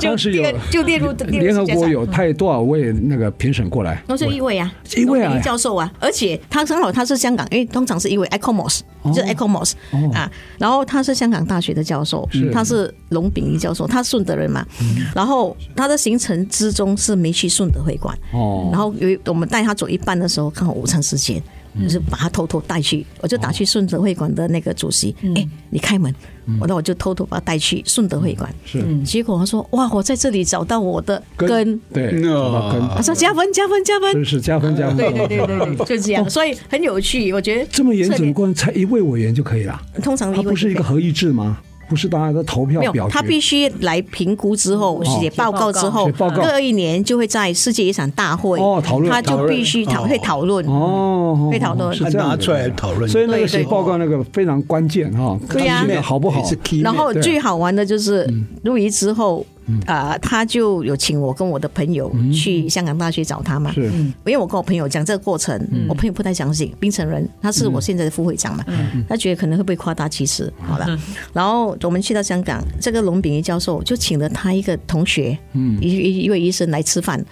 D: 就
B: 当时有
D: 列就列入列入
B: 联合
D: 世界
B: 国
D: 上。
B: 有派多少位那个评审过来？
D: 那是一位啊，
B: 一位啊
D: 龙培教授啊，而且他正好他是香港，因为通常是一位 ECOMOS，就是
B: 哦
D: ECOMOS 啊，然后他是香港大学的教授，他是龙炳一教授，他是顺德人嘛，
B: 嗯
D: 然后他的行程之中是没去顺德会馆，
B: 哦，
D: 然后有一我们带他走一半的时候，刚好午餐时间，
B: 嗯
D: 就是把他偷偷带去，我就打去顺德会馆的那个主席，
B: 哦
D: 哎、你开门，
B: 嗯
D: 我那我就偷偷把他带去顺德会馆，是，结果他说，哇，我在这里找到我的
B: 跟
D: 根，
B: 对，
C: No
B: 那跟
D: 他说加分加分加分，
B: 真是加分加分。
D: 对对对对对， 就这样，所以很有趣，我觉得
B: 哦这么严
D: 策
B: 整
D: 略
B: 的过程，才一位委员就可以了，
D: 通常
B: 他不是一个合议制吗？不是大家都投票
D: 哦没有
B: 表，决？
D: 他必须来评估之后写报告之后
B: 哦写，报告
D: 各一年就会在世界遗产大会
B: 哦讨论
D: 他就必须讨会讨论，
B: 哦，
D: 会讨论
B: 是这样
C: 拿
B: 子
C: 出来讨论
B: 所以那个写
D: 对对
B: 报告那个非常关键哈，
D: 对呀
B: 看这个好不好？
C: 是 key，
D: 然后
B: 对嗯
D: 最好玩的就是入遗之后，啊、他就有请我跟我的朋友
B: 嗯
D: 去香港大学找
C: 啊
D: 他嘛。
B: 是
D: 因为我跟我朋友讲这个过程，我朋友不太相信，槟城人，他是我现在的副会长嘛，他觉得可能会被夸大其词，好了。然后我们去到香港，这个龙炳一教授就请了他一个同学，一一一位医生来吃饭，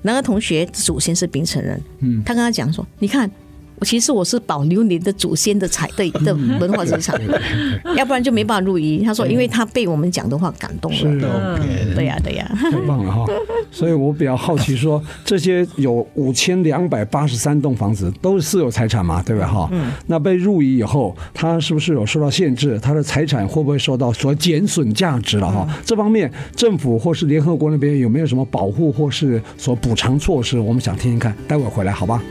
D: 那个同学祖先是槟城人，他跟他讲说，你看。我其实我是保留你的祖先的财的的文化资产，要不然就没办法入遗。他说，因为他被我们讲的话感动
B: 是
D: 了。
C: 啊
D: 对呀、对呀、
B: 太棒了哈！所以我比较好奇说，这些有五千两百八十三栋房子都是私有财产嘛，对不对哈？
A: 嗯
B: 那被入遗以后，它是不是有受到限制？它的财产会不会受到所减损价值了
A: 嗯
B: 哈？这方面政府或是联合国那边有没有什么保护或是所补偿措施？我们想听听看，待会儿回来好吧？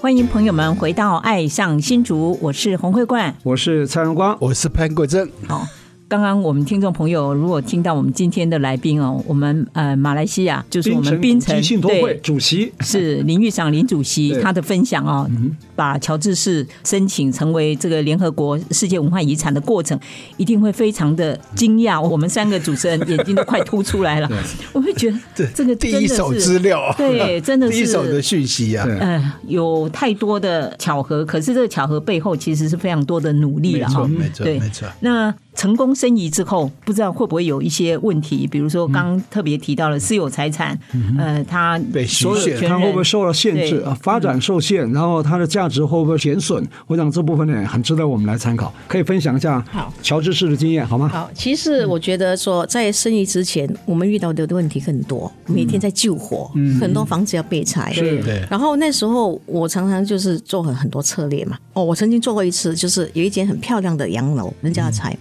A: 欢迎朋友们回到《爱上新竹》，我是洪慧冠。
B: 我是蔡荣光，
C: 我是潘国正，
A: 好，刚刚我们听众朋友如果听到我们今天的来宾哦，我们呃马来西亚就是我们槟
B: 槟
A: 城
B: 城古迹信托会
A: 对。
B: 主席。
A: 是林玉长林主席
B: 对
A: 他的分享哦，把乔治市申请成为这个联合国世界文化遗产的过程，一定会非常的惊讶。我们三个主持人眼睛都快凸出来了，我会觉得这个
C: 第
A: 真
C: 一
A: 的是
C: 手资料，
A: 对，真的是
C: 第一手的讯息啊，
B: 对
A: 呃，有太多的巧合，可是这个巧合背后其实是非常多的努力
C: 没
A: 了
B: 嗯
C: 错
A: 哈。
C: 没错
A: 对
C: 没错，
A: 那成功申遗之后，不知道会不会有一些问题，比如说刚特别提到了私有财产，呃，他
C: 被局
A: 所有
C: 限
A: 权人
B: 它会不会受到限制
A: 对？
B: 啊发
D: 嗯
B: 展受限，然后它的价值会不会减损？我想这部分呢，很值得我们来参考，可以分享一下
D: 好
B: 乔治市的经验，好 吗？
D: 好，其实我觉得说，在生意之前，我们遇到的问题很多，每天在救火，很多房子要被拆。
B: 是
C: 对
D: 然后那时候我常常就是做很很多策略嘛。哦，我曾经做过一次，就是有一间很漂亮的洋楼，人家要拆，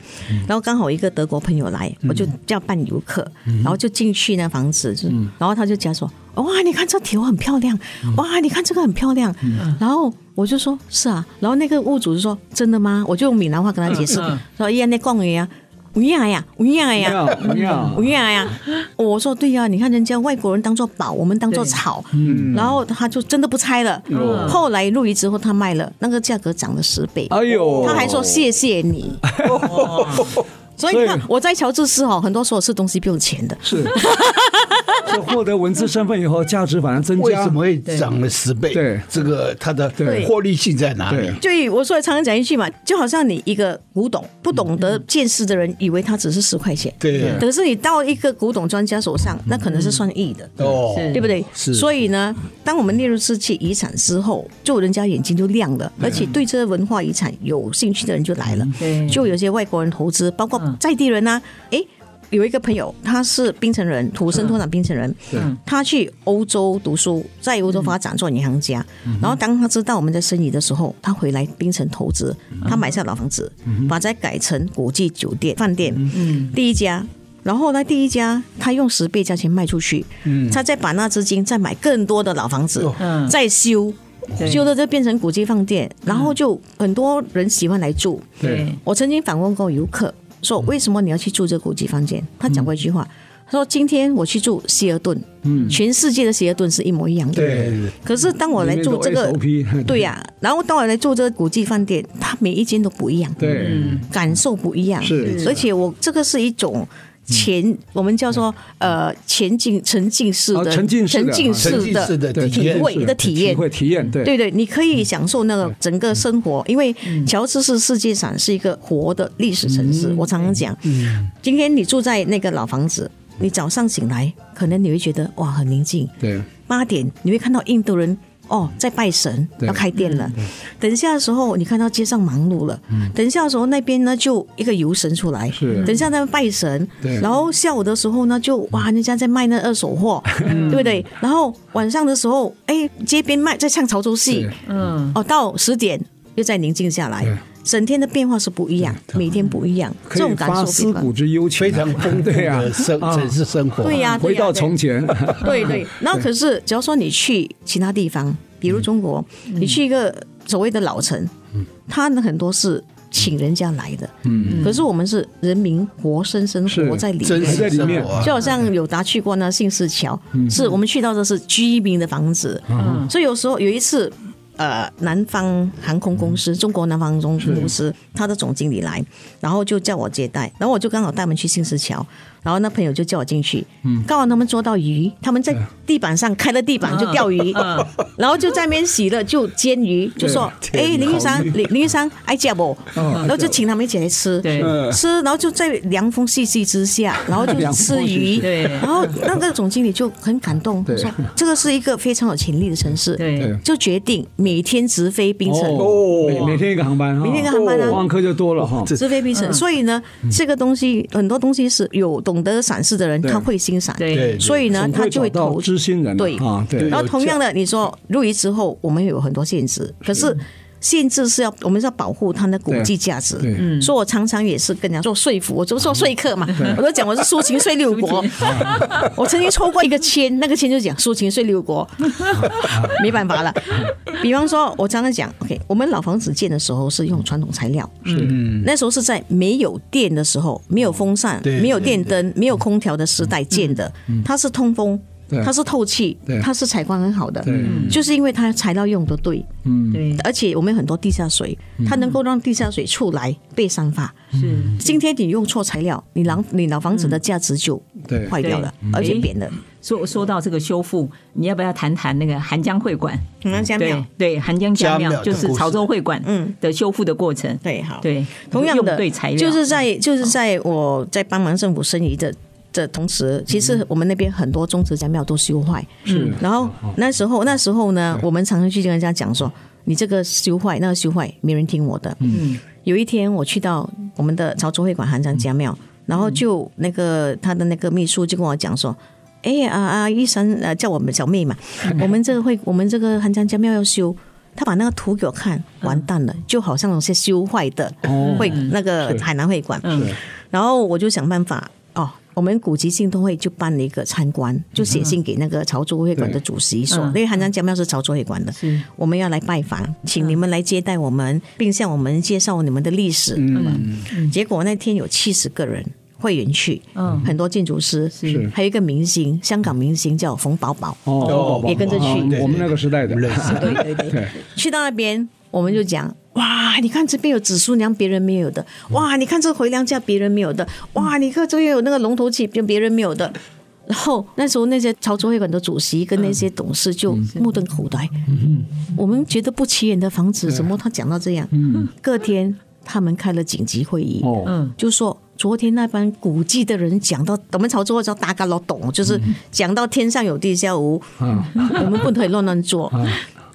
D: 然后刚好一个德国朋友来，我就叫办游客，然后就进去那房子，就然后他就讲说：“哇，你看这条很漂亮，哇，你看这个很漂亮。”然后。我就说是啊，然后那个屋主就说：“真的吗？”我就用闽南话跟他解释，说：“哎呀，那公园啊，唔样呀，唔样呀，
B: 不要
D: 不要呀！我说对呀、你看人家外国人当做宝，我们当做草，
B: 嗯
C: 嗯
D: 嗯然后他就真的不拆了。后来入遗之后，他卖了，那个价格涨了十倍。
C: 哦
B: 哎呦，
D: 他还说谢谢你，
C: 哦
D: 所以你看
B: 所以
D: 我在乔治市哦，很多所有吃东西不用钱的，
B: 是， 就获得文字身份以后，价值反而增加。
C: 为什么会涨了十倍？
B: 对
C: 这个它的
B: 对
C: 获利性在哪里
B: 对？
D: 所以我说常常讲一句嘛，就好像你一个古董，不懂得见识的人以为它只是十块钱，
C: 对
D: 可是你到一个古董专家手上，那可能是算亿的。
C: 嗯哦，
D: 对不对？
C: 是
D: 所以呢，当我们列入世界遗产之后，就人家眼睛就亮
C: 嗯
D: 了，而且对这文化遗产有兴趣的人就来了。
A: 对
D: 就有些外国人投资，包括在地人啊，诶，有一个朋友，他是槟城人，土生土长槟城人，他去欧洲读书，在欧洲发展做银行家。然后当他知道我们在生意的时候，他回来槟城投资，他买下老房子，把它改成国际酒店、饭店，
A: 嗯
D: 第一家。然后呢，第一家他用十倍价钱卖出去，他再把那资金再买更多的老房子，
A: 嗯
D: 再修，修了就变成古迹饭店，然后就很多人喜欢来住。
A: 对
D: 我曾经访问过游客，说
B: 嗯
D: 为什么你要去住这古迹房间？他讲过一句话，他说今天我去住希尔顿，嗯，全世界的希尔顿是一模一样的，
B: 对，
D: 可是当我来
B: 里面
D: 住
B: 都
D: 这个
B: SOP，，
D: 对呀、然后当我来住这个古迹饭店，它每一间都不一样，
A: 嗯
B: 对，
D: 感受不一样，
B: 是嗯
D: 而且我这个是一种。前我们叫做呃前进沉浸式
B: 哦
D: 的
B: 沉浸式的
D: 沉浸
C: 沉浸式
D: 式
C: 的体
D: 体
C: 验
D: 会的体验
B: 体，会体验，对，
D: 对对，你可以享受那个整个生活，因为乔治是世界上是一个活的历史城市。我常常讲，今天你住在那个老房子，你早上醒来，可能你会觉得哇很宁静，
B: 对，
D: 八点你会看到印度人哦在拜神，
B: 对
D: 要开店了。等一下的时候，你看到街上忙碌了。等一下的时候，那边呢就一个游神出来，
B: 是
D: 等一下在那边拜神
B: 对。
D: 然后下午的时候呢，就哇人家在卖那二手货，对不对？然后晚上的时候，哎街边卖在唱潮州戏
B: 是，
A: 嗯，
D: 哦到十点又再宁静下来
B: 对。
D: 整天的变化是不一样，每天不一样，这
B: 可
D: 种
B: 以
D: 感受
B: 发
D: 不
B: 思
D: 一样
B: 古之幽情
C: 非
B: 啊，
C: 常丰 富
B: 对 呀
C: 的，生
B: 啊
C: 城市生活。
D: 对呀、对
B: 回
D: 呀
B: 到
D: 对
B: 从前，
D: 对对，然后可是，只要说你去其他地
B: 嗯
D: 方，比如中国，你去一个所谓的老城，它呢很多是请人家来的，
B: 嗯，
D: 可是我们是人民活生生
B: 是嗯
D: 活在里
C: 真
D: 面
B: 还。在
C: 实
B: 里面
C: 生活啊
D: 就好像有达去过那杏市桥，是我们去到的是居民的房子，
B: 嗯
A: 嗯
D: 所以有时候有一次，呃，南方航空公司，中国南方航空公司，他的总经理来，然后就叫我接待，然后我就刚好带他们去杏市桥，然后那朋友就叫我进去，
B: 嗯
D: 刚好他们捉到鱼，他们在地板上开了地板就钓鱼，
B: 嗯
D: 然后就在那边洗了就煎鱼，就说，
B: 对
D: 哎，林玉山，林林玉山爱吃不？
B: 哦
D: 然后就请他们一起来吃，
A: 对
D: 吃，然后就在凉风细细之下，然后就
B: 凉风
D: 吃
B: 细
D: 鱼
B: 细，
A: 对
D: 然后那个总经理就很感动，
B: 对
D: 说这个是一个非常有潜力的城市，
A: 对
D: 就决定每天直飞槟城，
B: 哦，每每天一个航班哈，
D: 每天一个航班啊
B: 哦万科就多了哈，
D: 直飞槟城。所以呢，这个东西很多东西是有懂得闪示的人，
B: 嗯对
D: 他会欣赏，
C: 对
A: 对
D: 所以呢，
B: 总
D: 他就
B: 会
D: 会
B: 找到
D: 投
B: 知心人啊
D: 对
B: 啊，对
D: 然，后同样的，你说入遗之后，我们有很多限制，可是限制是要我们是要保护它的古迹价值。
B: 对
D: 嗯，所以我常常也是跟人家做说服，我就做说客嘛，我都讲我是抒情睡六国。 我曾经抽过一个签，那个签就讲抒情睡六国，没办法了。比方说，我常常讲，OK，我们老房子建的时候是用传统材料，嗯，那时候是在没有电的时候，没有风扇，
C: 对
D: 没有电灯，没有空调的时代建的，它是通风
B: 对。
D: 它是透气
B: 对，
D: 它是采光很好的
B: 对，
D: 就是因为它材料用的对，
A: 对
D: 而且我们有很多地下水，
A: 嗯
D: 它能够让地下水出来被散发。
A: 是
D: 今天你用错材料，你老你老房子的价值就
B: 对
D: 坏掉了，
A: 嗯
D: 而且扁了。
A: 说说到这个修复，你要不要谈谈那个韩江会馆？
D: 很难讲
A: 对
D: 了。
A: 对，韩江家
C: 家
A: 庙
C: 庙
A: 就
C: 的
A: 是
C: 故事
A: 潮州会馆
D: 嗯
A: 的修复的过程。
D: 对，好，
A: 对，
D: 同样的
A: 用对材料嗯
D: 就是在就是在我在帮忙政府申遗的的同时，其实我们那边很多宗祠家庙都修坏，
B: 是
D: 然后嗯
A: 哦
D: 那时候那时候呢，我们常常去跟人家讲说，你这个修坏，那个修坏，没人听我的。嗯，有一天我去到我们的潮州会馆韩江家庙，然后就那个他的那个秘书就跟我讲说。哎啊啊！玉山呃，叫我们小妹嘛， 我们这个会，我们这个韩江家庙要修，他把那个图给我看，完蛋了，就好像有些修坏的会那个海南会馆，
A: 哦嗯
D: 然后我就想办法哦，我们古籍行动会就办了一个参观，就写信给那个潮州会馆的主席说，
A: 嗯
D: 因为韩江家庙是潮州会馆的，
A: 是
D: 我们要来拜访，请你们来接待我们，并向我们介绍你们的历史。
B: 嗯
D: 结果那天有七十个人。会员去，
A: 嗯
D: 很多建筑师，
B: 是
D: 还有一个明星，香港明星叫冯宝宝，
B: 哦
D: 也跟着去
B: 哦我们那个时代的，
D: 对对对，去到那边我们就讲。哇！你看这边有紫苏娘，别人没有的；哇！你看这回娘家，别人没有的；哇！你看这边有那个龙头起，别别人没有的。然后那时候那些潮州会馆的主席跟那些董事就目瞪口呆。我们觉得不起眼的房子，怎么他讲到这样？隔天他们开了紧急会议，
B: 哦，
A: 嗯
D: 就说昨天那班古迹的人讲到，我们潮州话叫大家老懂，就是讲到天上有地下无，
B: 嗯
D: 我们不可以乱乱做。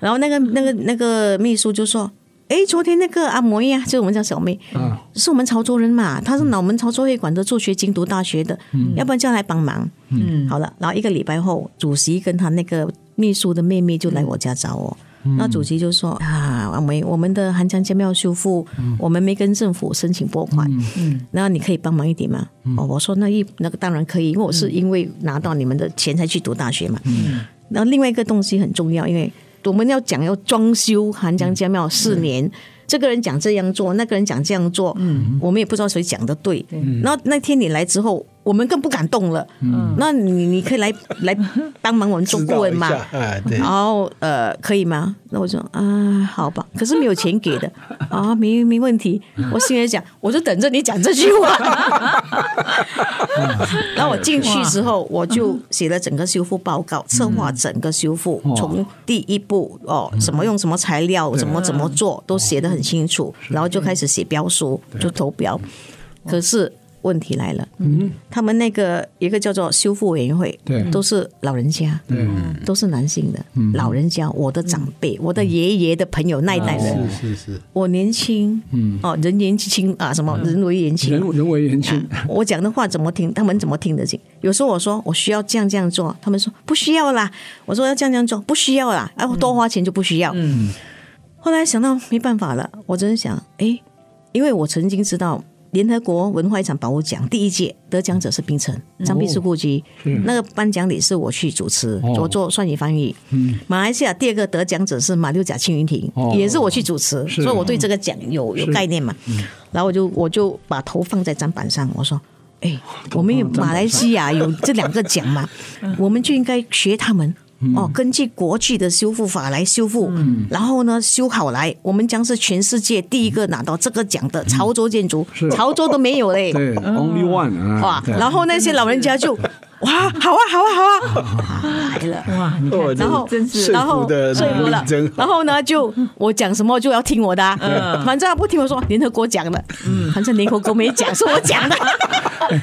D: 然后那个那个那个秘书就说。诶，昨天那个阿嬷呀，就是我们叫小妹，
B: 嗯
D: 是我们潮州人嘛，她是拿我们潮州会馆的助学金读大学的，要不然叫她来帮忙。嗯，好了，然后一个礼拜后，主席跟他那个秘书的妹妹就来我家找我。那主席就说啊，阿梅，我们的韩江街庙修复，我们没跟政府申请拨款，嗯，那你可以帮忙一点吗？哦，我说那一那个当然可以，因为我是因为拿到你们的钱才去读大学嘛。嗯，然后另外一个东西很重要，因为我们要讲要装修韩江街庙四年。这个人讲这样做，那个人讲这样做，嗯，我们也不知道谁讲的对。然后那天你来之后，我们更不敢动了。嗯，那你你可以来来帮忙我们做
C: 知道
D: 顾问
C: 一
D: 嘛？
C: 下哎，对
D: 然，后呃，可以吗？那我说啊，好吧，可是没有钱给的 啊，没没问题。我心里想，我就等着你讲这句话。 然后我进去之后，我就写了整个修复报告，策划整个修复，从第一步哦，什么用什么材料，怎么怎么做，都写得很清楚。然后就开始写标书，就投标。可是问题来了，他们那个一个叫做修复委员会，
B: 对
D: 都是老人家，都是男性的
B: 嗯
D: 老人家，我的长辈，我的爷爷的朋友那一代
B: 嗯
D: 人，
C: 是是，
D: 我年轻，哦，人言轻啊，什么人为言
B: 嗯
D: 轻
B: 人，人为言轻，
D: 我讲的话怎么听，他们怎么听得进？有时候我说我需要这样这样做，他们说不需要啦。我说要这样这样做，不需要啦。
B: 嗯
D: 哎、我多花钱就不需要。嗯。后来想到没办法了，我真的想，哎，因为我曾经知道联合国文化遗产保护奖第一届得奖者是冰城张碧石故居，那个颁奖礼是我去主持，我做算语翻译。嗯。马来西亚第二个得奖者是马六甲青云亭，也是我嗯去主持，所以我对这个奖有有概念嘛。然后我就我就把头放在砧板上，我说：“哎，我们有马来西亚有这两个奖嘛，我们就应该学他们。”哦，根据国际的修复法来修复，然后呢修好来，我们将是全世界第一个拿到这个奖的潮州建筑，潮州都没有嘞。
B: 对，Only One 啊，
D: 嗯哇！
A: 嗯
B: 对
D: 然后那些老人家就哇，好啊，好啊，好啊，来了。
A: 哇，你看
C: 哦
D: 然后
A: 真是
D: 然后
C: 说服的
D: 说服
C: 能力
D: 了
C: 真，好
D: 然后呢，就我讲什么就要听我的啊，反正他不听我说，联合国讲的，反正联合国没讲，是我讲的，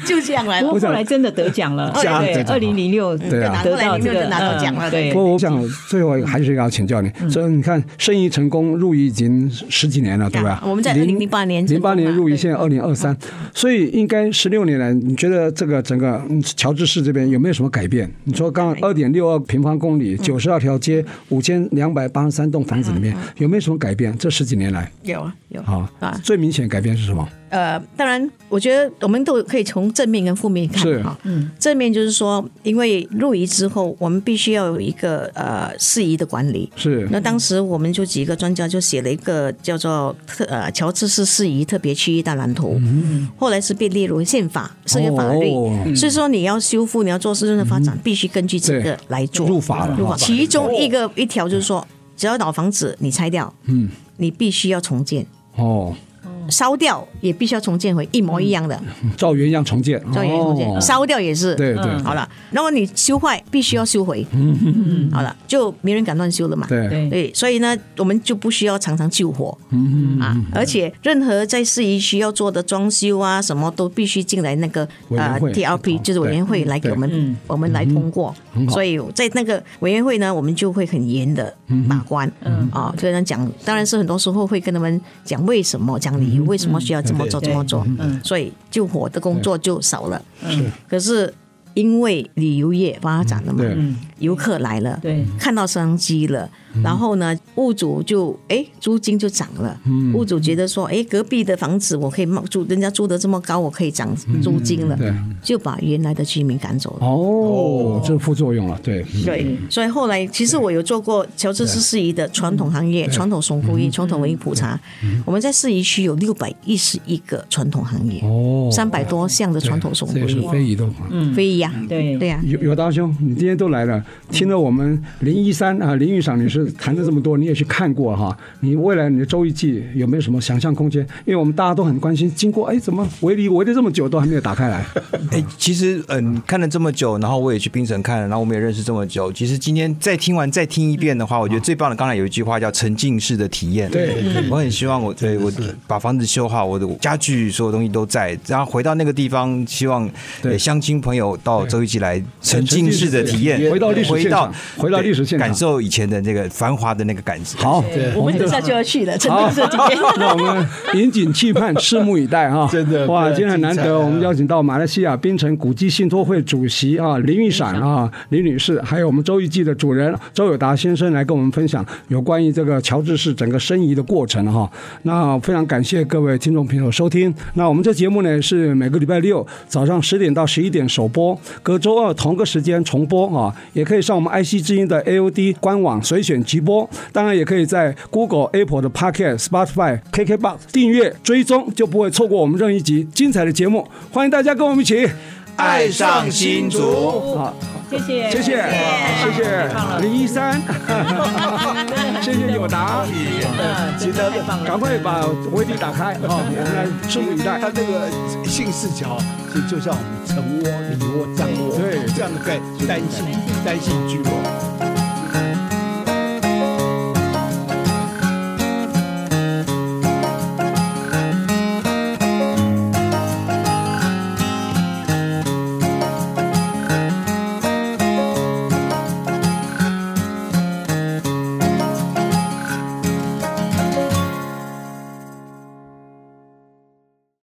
D: 就这样来
A: 不
D: 了
A: 过。后来真的得奖了，
C: 奖
A: 对，
C: 得奖
A: 二零零六
B: 对啊
A: 得到这
D: 后来2006
A: 个
D: 就拿到奖了
A: 嗯对
B: 不，过我想最后还是要请教你，
D: 嗯
B: 所以你看生意成功入狱已经十几年了，对吧？
D: 啊我们在2008年成
B: 零
D: 功
B: 八
D: 嘛
B: 年入狱，
D: 对嗯
B: 现在二零二三，所以应该十六年来，你觉得这个整个嗯乔治市这边有没有什么改变？你说刚二点六二平方公
D: 嗯
B: 里，九十二条街，五千两百八十三栋房子里面，
D: 嗯
B: 有没有什么改变？这十几年来，
D: 有啊有
B: 啊
D: 啊，
B: 最明显改变是什么？
D: 呃，当然，我觉得我们都可以从正面跟负面看
B: 是
D: 哈。嗯，正面就是说，因为入遗之后，我们必须要有一个呃适宜的管理。
B: 是
D: 那当时我们就几个专家就写了一个叫做特呃乔治市适宜特别区域大蓝图，后来是被列入宪法是个法律，
B: 嗯哦嗯
D: 所以说你要修复，你要做市政的发展，必须根据这
B: 对
D: 个来做
B: 入法了哦
D: 入法
B: 哈
D: 其中一个一条就是说，只要老房子你拆掉，嗯，你必须要重建。
B: 哦，
D: 烧掉也必须要重建回一模一样的，
B: 照原样重建，
D: 照原重建，
B: 嗯哦
D: 烧掉也是，
B: 对对
D: 嗯好了，然后你修坏必须要修回，好了，就没人敢乱修了嘛，
B: 嗯对，
A: 对
D: 对，所以呢，我们就不需要常常救火
B: 嗯
D: 啊，而且任何在市宜需要做的装修啊，什么都必须进来那个
B: 委员
D: 呃
B: 会
D: TLP，就是委员会来给我
A: 嗯
D: 们我们来通过
B: 很，好
D: 所以在那个委员会呢，我们就会很严的把关
A: 嗯
D: 啊，虽然讲，当然是很多时候会跟他们讲为什么，讲理由为什么需要这么做
A: 对
D: 这么做
A: 嗯，
D: 所以救火的工作就少了，可是因为旅游业发展了嘛
B: 嗯对，
D: 游客来了，
A: 嗯对，
D: 看到商机了，
B: 嗯
D: 然后呢，屋主就哎租金就涨了，
B: 嗯
D: 屋主觉得说哎隔壁的房子我可以卖租，人家租的这么高，我可以涨租金了，
B: 嗯对
D: 就把原来的居民赶走了。
B: 哦，这是副作用了，对，
D: 对，所以后来其实我有做过乔治市市宜的传统行业、传统手工
B: 嗯
D: 艺、传统文艺普查。我们在市宜区有六百一十一个传统行业，
B: 哦，
D: 三百多项的传统手
B: 这
D: 工
B: 也是
D: 艺，
B: 非遗嗯的。
D: 非遗呀，
A: 对
D: 对啊呀，
B: 有有大兄，你今天都来了，听了我们林一山啊，林玉赏女士谈了这么多，你也去看过哈、你未来你的周易记有没有什么想象空间？因为我们大家都很关心，经过哎，怎么围篱围了这么久都还没有打开来？
E: 哎、其实嗯、看了这么久，然后我也去槟城看了，然后我们也认识这么久。其实今天再听完再听一遍的话，我觉得最棒的，刚才有一句话叫沉浸式的体验。
B: 对，
E: 我很希望我对我把房子修好，我的家具所有东西都在，然后回到那个地方，希望
B: 对
E: 呃乡亲朋友到周一起来沉浸式的体验，
B: 回到历史
E: 回
B: 现
E: 到
B: 场，回到历史现场，
E: 感受以前的那个繁华的那个感受。
B: 好，
A: 我们等一下就要去了，真
B: 好
A: 的是今，
B: 那我们引颈期盼，拭目以待哈。
C: 真的
B: 哇，今天很难
C: 太精彩啊
B: 得，
C: 了
B: 我们邀请到马来西亚槟城古迹信托会主席啊
C: 嗯
B: 林玉闪啊林女士，还有我们周易记的主人周友达先生来跟我们分享有关于这个乔治市整个申遗的过程哈。那非常感谢各位听众朋友收听。那我们这节目呢是每个礼拜六早上十点到十一点首播，隔周二同个时间重播啊，也可以上我们 IC 之音的 AOD 官网随选直播，当然也可以在 Google、Apple 的 Pocket、Spotify、KKBox 订阅追踪，就不会错过我们任一集精彩的节目。欢迎大家跟我们一起
E: 爱上新竹。
B: 好，
A: 谢谢，
B: 谢谢，
A: 哎
B: 谢谢林一山，谢谢友达，
C: 觉得
B: 赶快把围篱打开啊，我们来拭目以待
C: 他。这个姓氏桥就就像我们城窝、里窝、战窝
B: 对
C: 这样的概单性单性聚落。